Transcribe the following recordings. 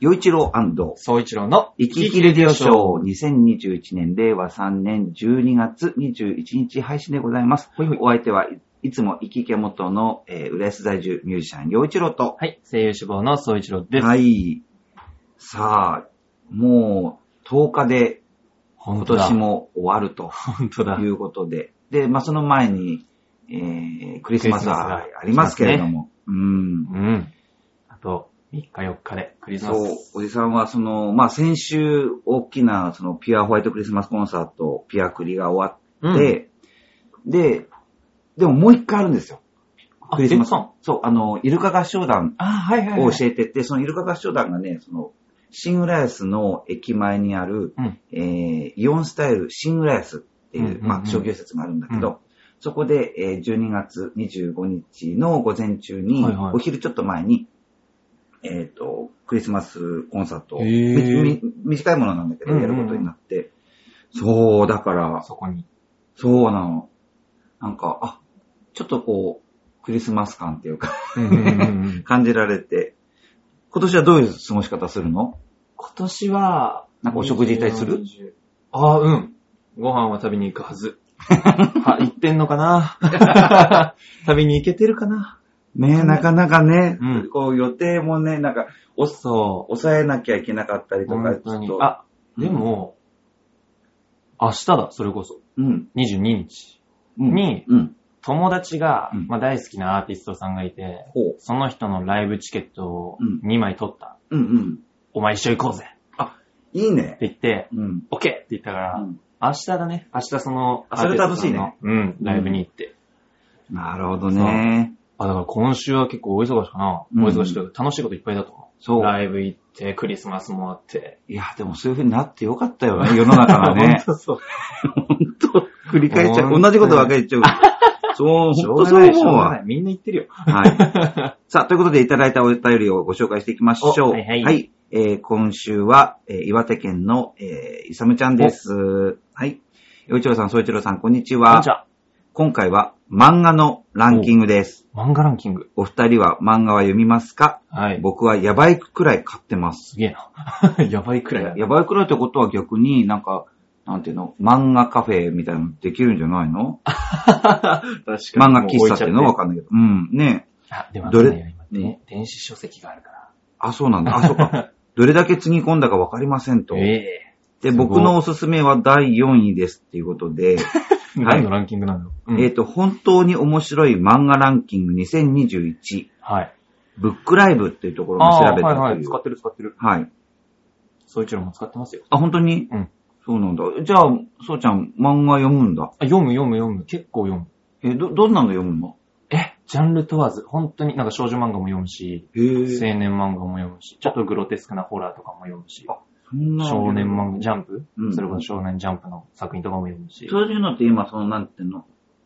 洋一郎総一郎の生き生きレディオショー2021年令和3年12月21日配信でございます。ほいほいお相手はいいつも生き生き元の、えー、浦安在住ミュージシャン洋一郎と、はい、声優志望の総一郎です。はい。さあ、もう10日で本今当だ。年も終わると本当だい。うことで、で、まあ、その前に、えー、クリスマスはあクリスマスがりますけれども、うん。うん。あと、3日4日でクリスマス。そう、おじさんはその、まあ、先週大きなそのピュアホワイトクリスマスコンサート、ピュアクリが終わって、で、でももう一回あるんですよ。あクリスマスえそう。そう、あの、イルカ合唱団あ、はいはい、をはい。教えてて、そのイルカ合唱団がね、その、新浦安の駅前にある、うんえー、イオンスタイル新浦安っていう、うんうんうんまあ、商業施設があるんだけど、うんそこで、えー12月25日の午前中に、はいはいお昼ちょっと前に、えっ、と、クリスマスコンサート、へーみみ短いものなんだけど、やることになって、そう、だから、そこに。そうなの。なんか、あ、ちょっとこう、クリスマス感っていうか、うんうんうんうん感じられて。今年はどういう過ごし方するの 今年は、なんかお食事行ったりする20ああ、うん。ご飯は食べに行くは ず。は、行ってんのかな食べに行けてるかなねえ、なかなかね、うんこう予定もね、なんか、おそ抑えなきゃいけなかったりう。とか、本ち当ょっに。と。あ、でも、明日だ、それこそ。うん、 22日うん。に、うん。友達が、うんまあ、大好きなアーティストさんがいて、ほう。その人のライブチケットをうん2枚取った。うんうん。お前一緒行こうぜいいっね。て言って、うん。オッケーって言ったから、うん明日だね。明日その、あそれ楽しいね。うん、ライブに行って。なるほどね。あ、だから今週は結構大忙しかな。うん大忙しというか楽しいこといっぱいだと思う。そう。ライブ行って、クリスマスもあって。いや、でもそういう風になってよかったよね、世の中が ね。 本当そう。繰り返しちゃほう。んと 同じことばっかり言っちゃう。そう、しょ本当うがそうない、しょ思ううがわな。い。みんな行ってるよ。はい。さあ、ということでいただいたお便りをご紹介していきましょう。おはいはいえー今週は、えー岩手県の、えー、いさむちゃんです。はい。よいちろさん、そういちろさん、こんにちこんはにち。は。今回は漫画のランキングです。漫画ランキング。お二人は漫画は読みますかはい。僕はやばいくらい買ってます。すげえな。 やばいくらいだ。やばいくらいってことは逆になんか、なんていうの漫画カフェみたいなのできるんじゃないの確かに。漫画喫茶っていうのはもう置いちゃわかんないけど。うん。ねえ。あ、でも、どれね、今ね、電子書籍があるかあ、そうなんだ。あ、そう か。どれだけつぎ込んだかわかりませんと。ら。えで、すごい僕のおすすめは第4位ですっていうことで、えはい何のランキングなのえっと、本当に面白い漫画ランキング2021、はい。ブックライブっていうところを調ああべー、たはという。いはい。使ってる使ってる。はい。そういちろも使ってますよ。あ、本当にうん。そうなんだ。じゃあ、そうちゃん、漫画読むんだ。あ、読む読む読む。結構読む。え、ど、どんなの読むのえ、ジャンル問わず、本当になんか少女漫画も読むし、へぇ青年漫画も読むし、ちょっとグロテスクなホラーとかも読むしあ、そんな。少年漫画、ジャンプ、うんそれこそ少年ジャンプの作品とかも読むし、そういうのって今、その、なんていうの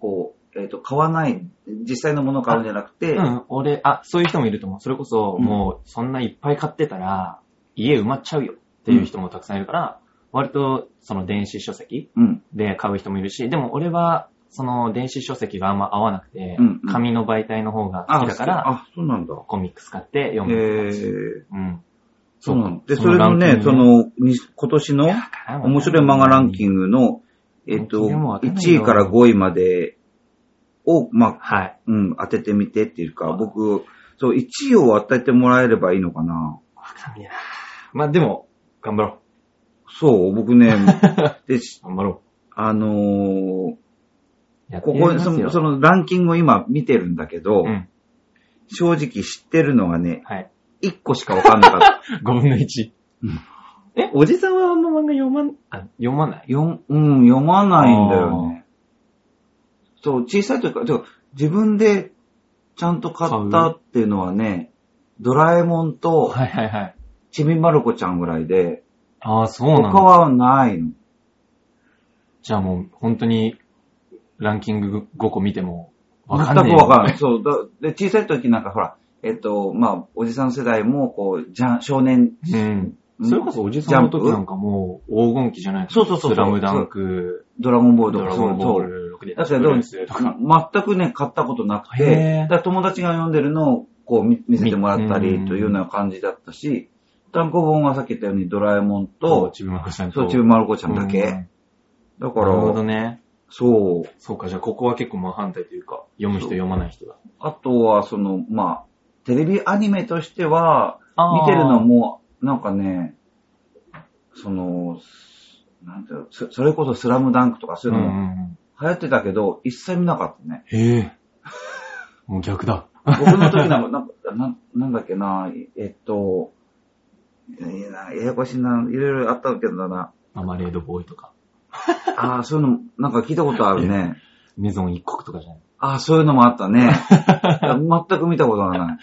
こう、えっ、と、買わない、実際のものを買うんじゃなくて、うん、俺、あ、そういう人もいると思う。それこそ、うんもう、そんないっぱい買ってたら、家埋まっちゃうよっていう人もたくさんいるから、割と、その電子書籍うん。で買う人もいるし、でも俺は、その電子書籍があんま合わなくて、うんうん紙の媒体の方が好きだから、あ、そうなんだ。コミックス買って読へむ。ぇうん。そうなんで、そそのれのランキンね、グその、に今年の面白い漫画ランキグ。ングの、えっと、いやもう当てない1よ位から5位までを、まあ、はい。うん、当ててみてっていうか、僕、そう、1位を当ててもらえればいいのかな。わかんねえな。まあでも、頑張ろそう、僕ね、 で、しう。頑張ろあのーう。やってこみまこすそよの、そのランキングを今見てるんだけど、うん。正直知ってるのがね、はい。 1個しかわかんなかった。 5分の1。うんえ、おじさんはあんま漫画読まん、あ、読まないようん、読まないんだよね。そう、小さい時から、てか自分でちゃんと買ったっていうのはね、ドラえもんとはいはいはい。ちびまる子ちゃんぐらいで、ああ、そうなん他だ。はないの。じゃあもう、本当に、ランキング5個見ても、わか全んなくい。わからい。ない。そう、だで小さい時なんかほら、えっと、まあ、おじさん世代も、こう、じゃん少年、うん。うんそれこそおじさんの時なんかもう、黄金期じゃないそうそうそうそうスラムダンク、ドラゴンボールドとかラそゴうンボーそうル、6で、だけど、と か。全くね、買ったことなくへて、ーだから友達が読んでるのをこう見見せてもらったみりというような感じだったし、単行本はさっき言ったようにドラえもんそう、と、ちびまる子ちゃんと。そう、ちびまる子ちゃんだうけ。だかなるほどら、ね。そう。そうか、じゃあここは結構真反対というか、読む人そう読まない人だ。あとは、その、まあ、テレビアニメとしては、あ見ーてるのも、なんかね、その、なんていうの、そそれこそスラムダンクとかそううんいううんのもうん。流行ってたけど、一切見なかったね。へえ。もう逆だ。僕の時なんか、なんかなんなんだっけな、えっと、いやいやややこしいな、いろいろあったけどな。ママレードボーイとか、ああ、そういうの、なんか聞いたことあるね。メゾン一国とかじゃない。ああ、そういうのもあったね。いや全く見たことがない。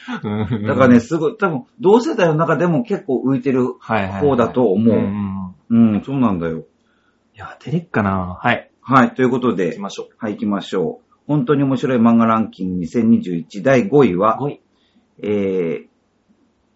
だだからね、、すごい、多分、同世代の中でも結構浮いてるはいはいはい、方だと思ううんんうんうん、そうなんだよ。いや、照れっかなはい。はい、ということ行でき、ましょう。はい、行きましょう。本当に面白い漫画ランキング2021第5位は、 5位。えー、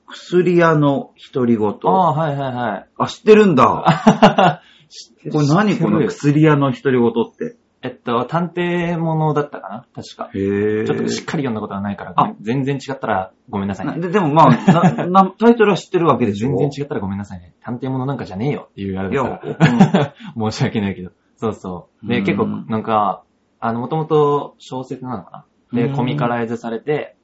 薬屋の独り言。ああ、はいはいはい。あ、知ってるんだ。これ 知っ何てるこの薬屋の独り言って。えっと、探偵ものだったかな確か。へちょっとしっかり読んだことはないから、あ全然違ったらごめんなさいね。ででもまあな な、タイトルは知ってるわけでしょ。全然違ったらごめんなさいね。探偵ものなんかじゃねえよっていうあれいだや、かこのら、 申し訳ないけど。そうそう。うで、ん結構、なんか、あの、もともと小説なのかなうで、んコミカライズされて、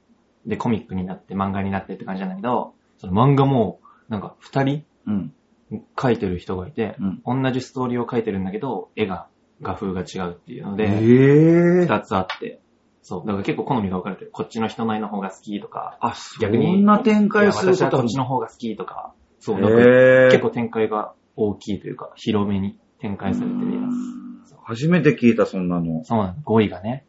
で、コミックになって、漫画になってって感じなんだけど、その漫画も、なんか、二人うん、書いてる人がいて、うん。同じストーリーを書いてるんだけど、絵が、画風が違うっていうのへで、ぇー。二つあって、そう。だから結構好みが分かれてる。こっちの人の絵の方が好きとか、あ、そ逆にんな展開するいこや私はとこはっちの方が好きとか、そう。だからへぇー。結構展開が大きいというか、広めに展開されてるやつ。そう初めて聞いた、そんなの。そうなの。5位がね、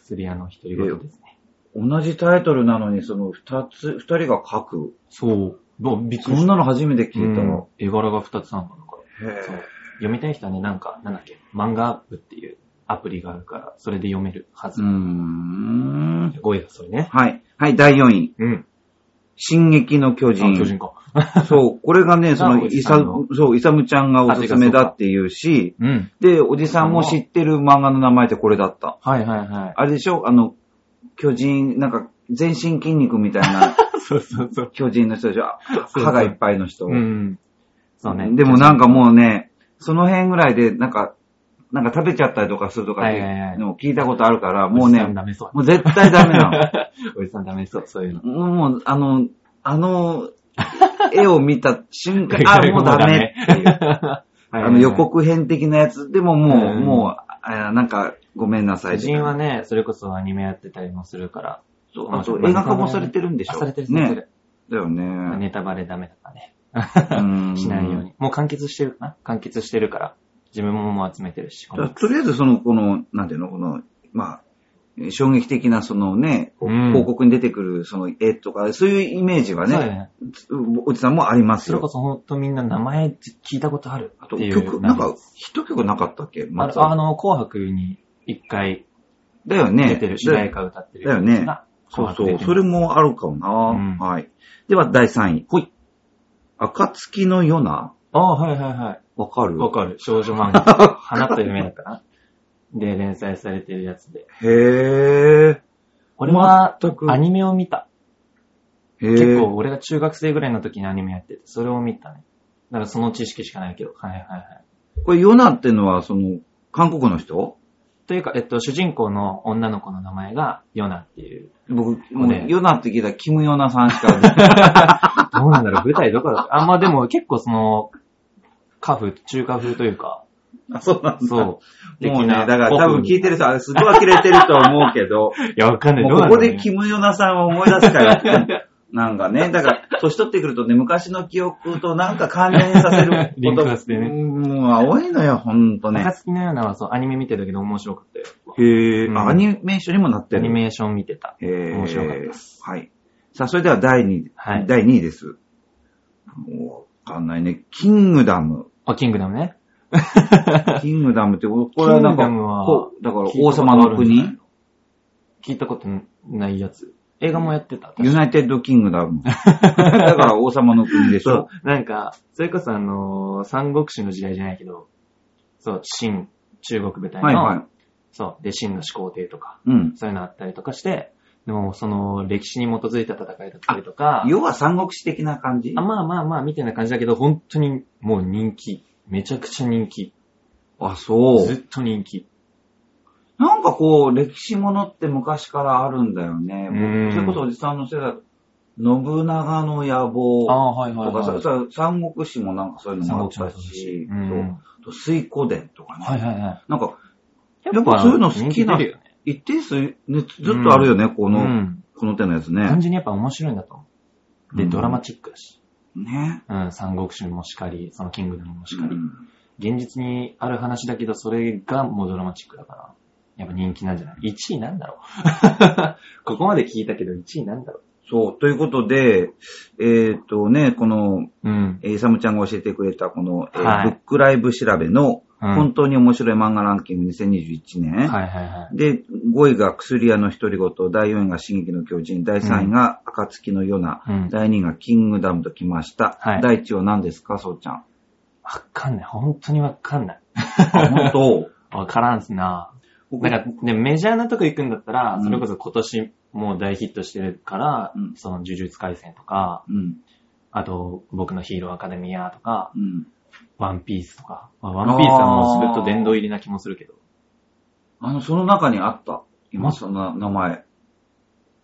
薬屋の一人ごとですね。同じタイトルなのに、その二つ、二人が書く。そう。どうびっくそりんしなの初めてた。聞いたうんわ。絵柄が2つあるのかへら。そうぇ。読みたい人はね、なんか、なんだっけ、漫画アップっていうアプリがあるから、それで読めるはうーず。ん。 5位がそれね。はい。はい、第4位。うん。進撃の巨あ人。巨人か。 そう、これがね、その、おイじサさんの、そう、イサムちゃんがおすすめだっていうし、うん。で、おじさんも知ってる漫画の名前ってこれだった。はいはい はい。あれでしょあの、巨人、なんか、全身筋肉みたい なそうそうそう。巨人の人でしょそう歯がいっぱいの人。うん。そうね。でもなんかもうね、その辺ぐらいで、なんか、なんか食べちゃったりとかするとかっていはいはいはういのを聞いたことあるから、ももううねね、おじさん、ダメそう。もう絶対ダメなの。 おじさんダメそう、そういうの。 もう、もうあの、あの、絵を見た瞬間、 あ、 もうダメっていう。あの予告編的なやつでももう、うんもう、あなんか、ごめんなさい。巨人はね、それこそアニメやってたりもするから。そうあと映画化もされてるんでしょあされてる、されてね。る。だよね。ネタバレダメだからね。うんしないように。もう完結してるかな完結してるから。自分ももう集めてるし。だからとりあえずその、この、なんていうの、この、まあ、衝撃的なそのね、こううん広告に出てくるその絵とか、そういうイメージはそうだよね、ね。おじさんもありますそれこよ。そほんとみんな名前聞いたことあるあっとていう。曲、なんか、一曲なかったっけあ松の、あ尾の紅白に一回だよ出ね。てる、主だ題よ歌歌ってる。だよねがそう紅そ白出う、てるそれもあるかもうんな。はい。では、第3位。ほい。暁の夜なああ、はいはいはい。わかるわかる。少女漫 画。花と夢だったかな。で、連載されてるやつで。へぇー。俺は全くアニメを見た。へー結構俺が中学生ぐらいの時にアニメやってて、それを見たね。だからその知識しかないけど。はいはいはい。これ、ヨナってのは、その、韓国の人というか、えっと、主人公の女の子の名前がヨナっていう。僕、ももうねう、ヨナって聞いたら、キムヨナさんしか、 どうなんだろう舞台どこだったあ、まあでも結構その、カフ、中華風というか、あそうなんだ そう。もうね、的なだから多分聞いてる人、あれ、すごい呆れてると思うけど、いや、わかんない。もどううなこんだこ ろうねでキムヨナさんを思い出すから、 なんかね、だから、年取ってくるとね、昔の記憶となんか関連させる リンことクさせてねうんもう、青いのよ、ほんとね。暁のようなはそう、アニメ見てたけど面白かったよ。へぇうんアニメーションにもなってアる。ニメーション見てた。えー面白かったです。はい。さあ、それでは第2、はい第2位です。もうわかんないね。キングダ ム。あ、キングダムね。キングダムって、これはなんキかングダムは、こうだから王様の国聞いたことないやつ。映画もやってた。ユナイテッドキングダ ム。だから王様の国でしそょ。。うなんか、それこそあのー三国志の時代じゃないけど、そう、秦、中国舞台の、はいはい。そう、で、秦の始皇帝とか、うん。そういうのあったりとかして、でも、その、歴史に基づいた戦いだったりとか、要は三国志的な感じあまあまあまあ、みたいな感じだけど、本当にもう人気。めちゃくちゃ人気。あ、そずっ。と人気。なんかこう、歴史ものって昔からあるんだよね。う僕んそれこそおじさんの世代、信長の野望あ、はいとかさ、さ三国志もなんかそういうのもあったし、三国志もそうだしそう水古伝とかね。はいはいはい。なんか、やっぱそういうの好きな人気出るよね。一定数、ね、ずっとあるよね、こうの、ん。この手のやつね単。純にやっぱ面白いんだと思う。で、うんドラマチックだし。ね。うん、三国志もしかり、そのキングダムもしかりう。ん現実にある話だけど、それがもうドラマチックだから。やっぱ人気なんじゃない ?1 位なんだろう ここまで聞いたけど1位なんだろそう、ということで、えっ、とね、この、ううん。えーイサムちゃんが教えてくれた、この、えーはいブックライブ調べの、うん本当に面白い漫画ランキング2021は年。いはいはい。で、5位が薬屋の独り言、第4位が進撃の巨人、第3位が暁の夜な、うん。第2位がキングダムと来ました。はい第1位は何ですか、そうちゃん。わかんない。本当にわかんない。あ 本わからんすな。当なんか、でメジャーなとこ行くんだったらう、んそれこそ今年もう大ヒットしてるから、うんその呪術廻戦とか、うん。あと僕のヒーローアカデミアとか、うん。ワンピースとか。まあワンピースはもうずっと殿堂入りな気もするけど。あの、その中にあった。今、そんな名前。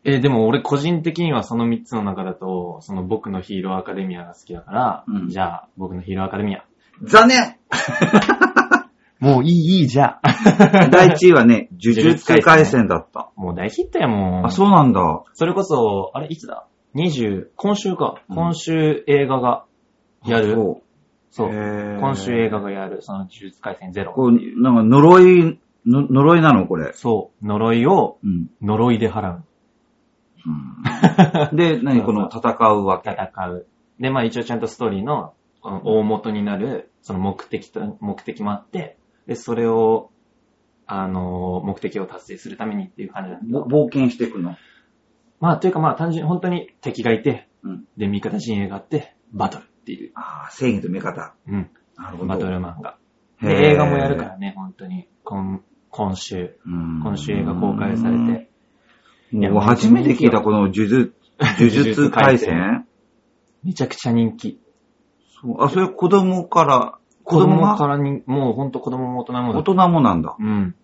えーでも俺個人的にはその3つの中だと、その僕のヒーローアカデミアが好きだから、うんじゃあ僕のヒーローアカデミア。残 念もういい、いい、じゃあ。第1位はね、呪術回戦だった。もう大ヒットやもん。あ、そうなんだ。それこそ、あれ、いつだ ?20、今週か。うん今週映画がやる。そそうへう。ー今週映画がやる、その呪術回戦ゼロ。こう、なんか呪い、の呪いなのこれ。そう。呪いをうん。呪いで払う。 で、何この戦うわけ。戦う。で、まあ一応ちゃんとストーリーのこの大元になる、その目的と、目的もあって、で、それを、あのー、目的を達成するためにっていう感じなんだけぼど。冒険していくの。まあ、というかまあ単純に本当に敵がいて、うんで、味方陣営があって、バトルっていう、ああ、正義と味方。うん、なるバトル漫画。へーで、映画もやるからね、本当に。今今週、今今週映画公開されて。。いやもう初めて聞いたこの呪 術、呪術回戦めちゃくちゃ人気。そうあ、それ子供から、子子供供かがらに、もう本当子供も大人も大人もなんだ。うん。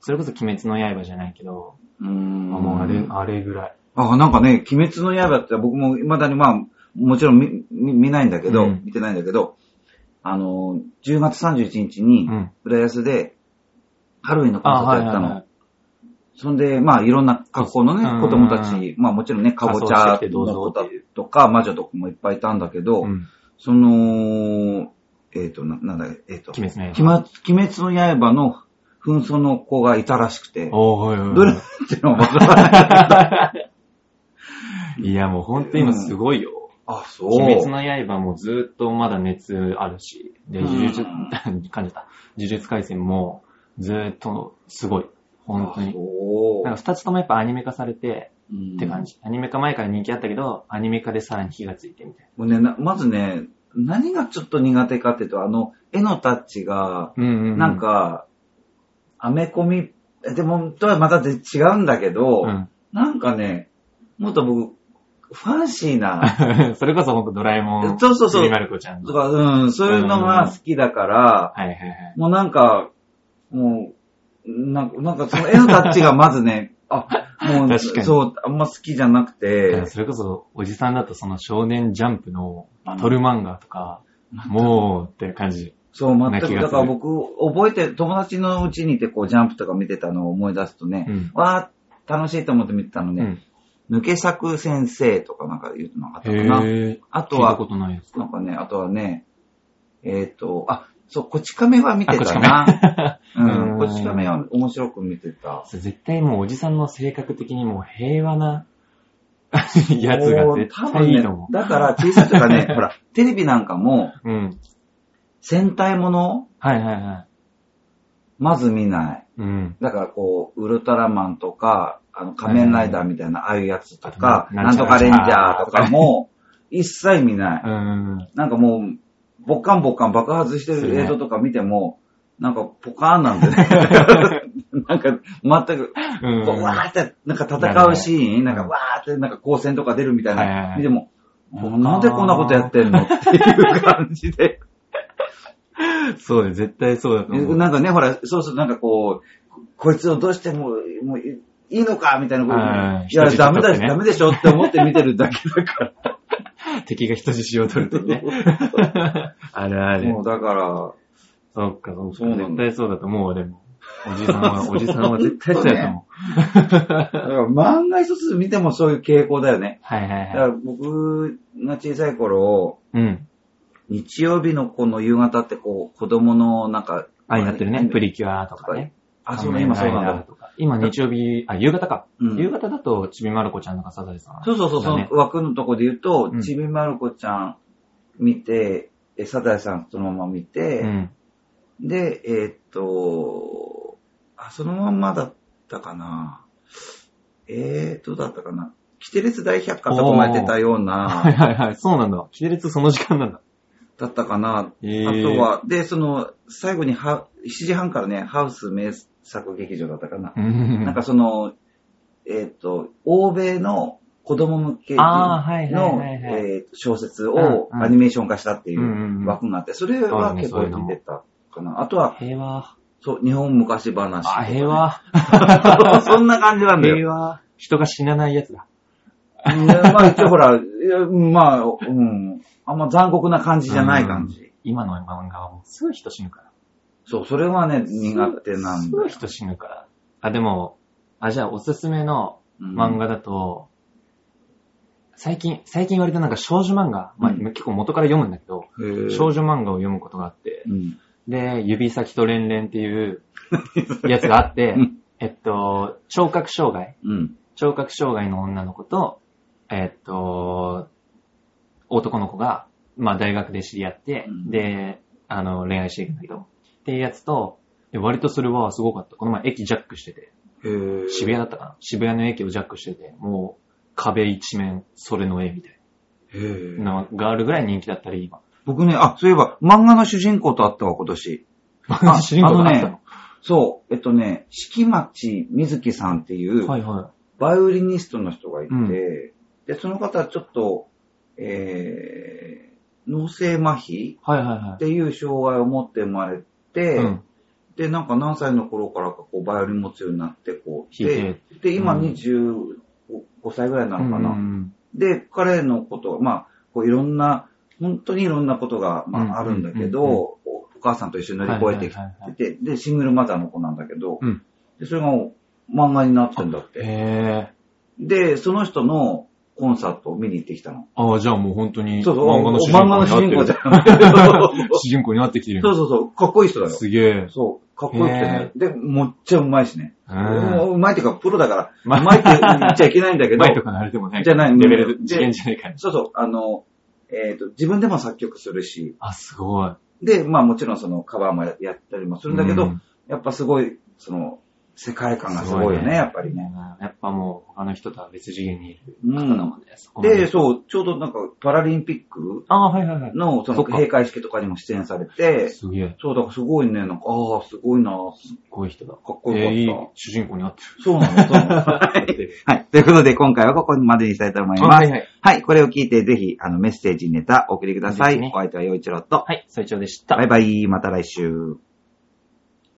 それこそ鬼滅の刃じゃないけど、うーんまあもうあれ、あれぐらい。あ、なんかね、鬼滅の刃って僕も未だにまあ、もちろん見、見見ないんだけど、うん見てないんだけど、あの、10月31日にう、ん。浦安で、ハロウィンのコンサートやったの。はい。そんで、まあ、いろんな格好のねうん、子供たち、まあ、もちろんね、かぼちゃ仮装してきてどうのぞ子ってたいとか、魔女とかもいっぱいいたんだけど、うん。その、えっ、と、ななんだえっ、と、鬼滅のき刃。ま鬼滅の刃の紛争の子がいたらしくて、おーはいはいはい。どれっていうのはわからない。 いやもう本当に今すごいよ。あ、そう。鬼滅の刃もずっとまだ熱あるし、で、うん呪術、 感じた。呪術回戦もずっとすごい。本当あに。そうなんか二つともやっぱアニメ化されてうんって感じ。アニメ化前から人気あったけど、アニメ化でさらに火がついてみたいもうね、なまずね、何がちょっと苦手かっていうと、あの、絵のタッチが、な。うんうなん、か、アメコミ、えでも、とはまたで違うんだけど、うん。なんかね、もっと僕、ファンシー な、 それこそほんとドラえもん。そうそうそうちびまる子ちゃんのとか、うん、そういうのが好きだから、はいはいはい。もうなんか、もう、なんか、なんかその絵のタッチがまずね、あ、もう、確かにそう、あんま好きじゃなくだからて、それこそ、おじさんだとその少年ジャンプのあのトル漫画とか、もうって感じ。そう、全な気く。がするだから僕、覚えて、友達のうちにいて、こう、ジャンプとか見てたのを思い出すとね、うんわー、楽しいと思って見てたのうね、ん。抜け作先生とかなんか言うのがあったかな。へぇあ聞といたはこ、とないですなかんかね、あとはね、えっ、と、あ、そう、こち亀は見てたあこちな。 ううんん、こち亀は面白く見てた。それ絶対もうおじさんの性格的にもう平和なやつが絶多分対いいねと思、だから小さい時は ね、ほら、テレビなんかも、う。うん。戦隊もの、はいはいはい。まず見ない。うん。だからこう、ウルトラマンとか、あの、仮面ライダーみたいな、ああいうやつとか、うんなんとかレンジャーとか も、一切見ない。うん。なんかもう、 ボッカンボッカン爆発してる映像とか見ても、なんかポカーンなんでね。なんか、全く、うん。こうわーって、なんか戦うシーン、ななんかるほどわーって、なんか光線とか出るみたいな。はいはいはいでも、なんでこんなことやってんのっていう感じ で。そうだよ、絶対そうだと思う。なんかね、ほら、そうそう、なんかこう、こいつをどうしても、もういいいのかみたいなことはいいや、人質ダメだ取ってねダメでしょって思って見てるだけだか敵が人質を取ると ね。あれあら。れも。うだから、そっか、そっそか。うなんだ絶対そうだと思うわ、でも。おじさんは、おじさんは絶対そ うだと思う。だから漫画一つ見てもそういう傾向だよね。はいはだいかはい。ら僕が小さい頃、うん。日曜日のこの夕方ってこう、子供のなんか、あ、やってるね。プリキュアとかね。あ、そうね、仮面今ラそうイダーなんだ。とか。今日曜日、あ、夕方か。うん夕方だと、ちびまる子ちゃんとかサザエさん。そうそうそう、そだねの枠のとこで言うとう、んちびまる子ちゃん見て、えサザエさんそのまま見うて、ん。で、えーっと、あ、そのまんまだったかな。えー、どうだったかな。キテレツ大百科とかもやってたようはいな、はいはい。そうなんだ。キテレツその時間なんだ。だったか な。えあと、は、で、その、最後には、7時半からね、ハウス名作劇場だったかな。ななんか、その、えーっ、と、欧米の子供向けあーはいはいの、はいはいえー小説うんをうんアニメーション化したっていうんうんううん枠があって、それは結構見てたかな。あとは、平和。そう、日本昔話。あ、平和。 そんな感じなんだよ。平和。人が死なないやつだ。うんまあ、一応ほら、いやまあ、うん、あんま残酷な感じじゃない感じ。今の漫画はもうすぐ人死ぬから。そう、それはね、苦手なんすだよぐ。人死ぬから。あ、でも、あ、じゃあおすすめの漫画。画だと、最近、最近割となんか少女漫画、まあ、うん結構元から読むんだけど、へー少女漫画を読むことがあって、うんで、指先と連連っていうやつがあってうん、えっと、聴覚障害うん。聴覚障害の女の子と、えーっと、男の子が、まあ大学で知り合って、うんで、あの、恋愛していくんだけど、っていうやつと、で割とそれはすごかった。この前駅ジャックしてて、へー渋谷だったかな渋谷の駅をジャックしてて、もう壁一面、それの絵みたいへーなのがあるぐらい人気だったり、今。僕ね、あ、そういえば漫画の主人公と会ったわ、今年。あ主人公があったの。そう、えっとね、敷町水木さんっていう、はいはバイオリニストの人がいて、うんで、その方はちょっと、えー、脳性麻痺い。はいはいはっい。ていう障害を持って生まれて、うん。で、なんか何歳の頃からかこう、バイオリン持つようになって、こう、弾いでて。で、今うん25歳ぐらいなのかな。うんで、彼のことが、まあ、こういろんな、本当にいろんなことが、うんまあ、あるんだけど、うんうんおお母さんと一緒に乗り越えてきはいはいはいはてて、で、シングルマザーの子なんだけど、うんでそれが漫画になってんだって。へえ。で、その人のコンサートを見に行ってきたの。ああ、じゃあもう本当にそうそう、漫画の主人漫公画の主に人な公ってじる。ゃん。そ 主人公になってきてるよねう そうそう、かっこいい人だよ。すげえ。そう、かっこよくてね。で、もっちゃうまいしね。うもん。ううまいっていうか、プロだから、うままいって言っちゃいけないんだ けど、前とかのあれでもない。じゃないレベルで、次元じゃないから。そうそう、あの、えっ、と、自分でも作曲するし、あ、すごい。で、まあもちろんそのカバーもやったりもするんだけど、うんやっぱすごい、その、世界観がすごいよすね、ごいねやっぱりね。やっぱもう、他の人とは別次元にいるう方だん。もんね。そこまで、、そう、ちょうどなんかパラリンピックあ、はいはいはい。のそそのっか閉会式とかにも出演されて、すげえ。そう、だからすごいね、なんか、ああ、すごいな、かこういう人だ。っこえーいいよかっ主人公になってた。そうなの、そうなの。る。はい。ということで、今回はここまでにしたいと思います。はいはい。はい。これを聞いて、ぜひ、あの、メッセージ、ネタ、お送りくださぜい。ひねお相手は、陽一郎と。はい、最長でしたバ。イバイ。また来週。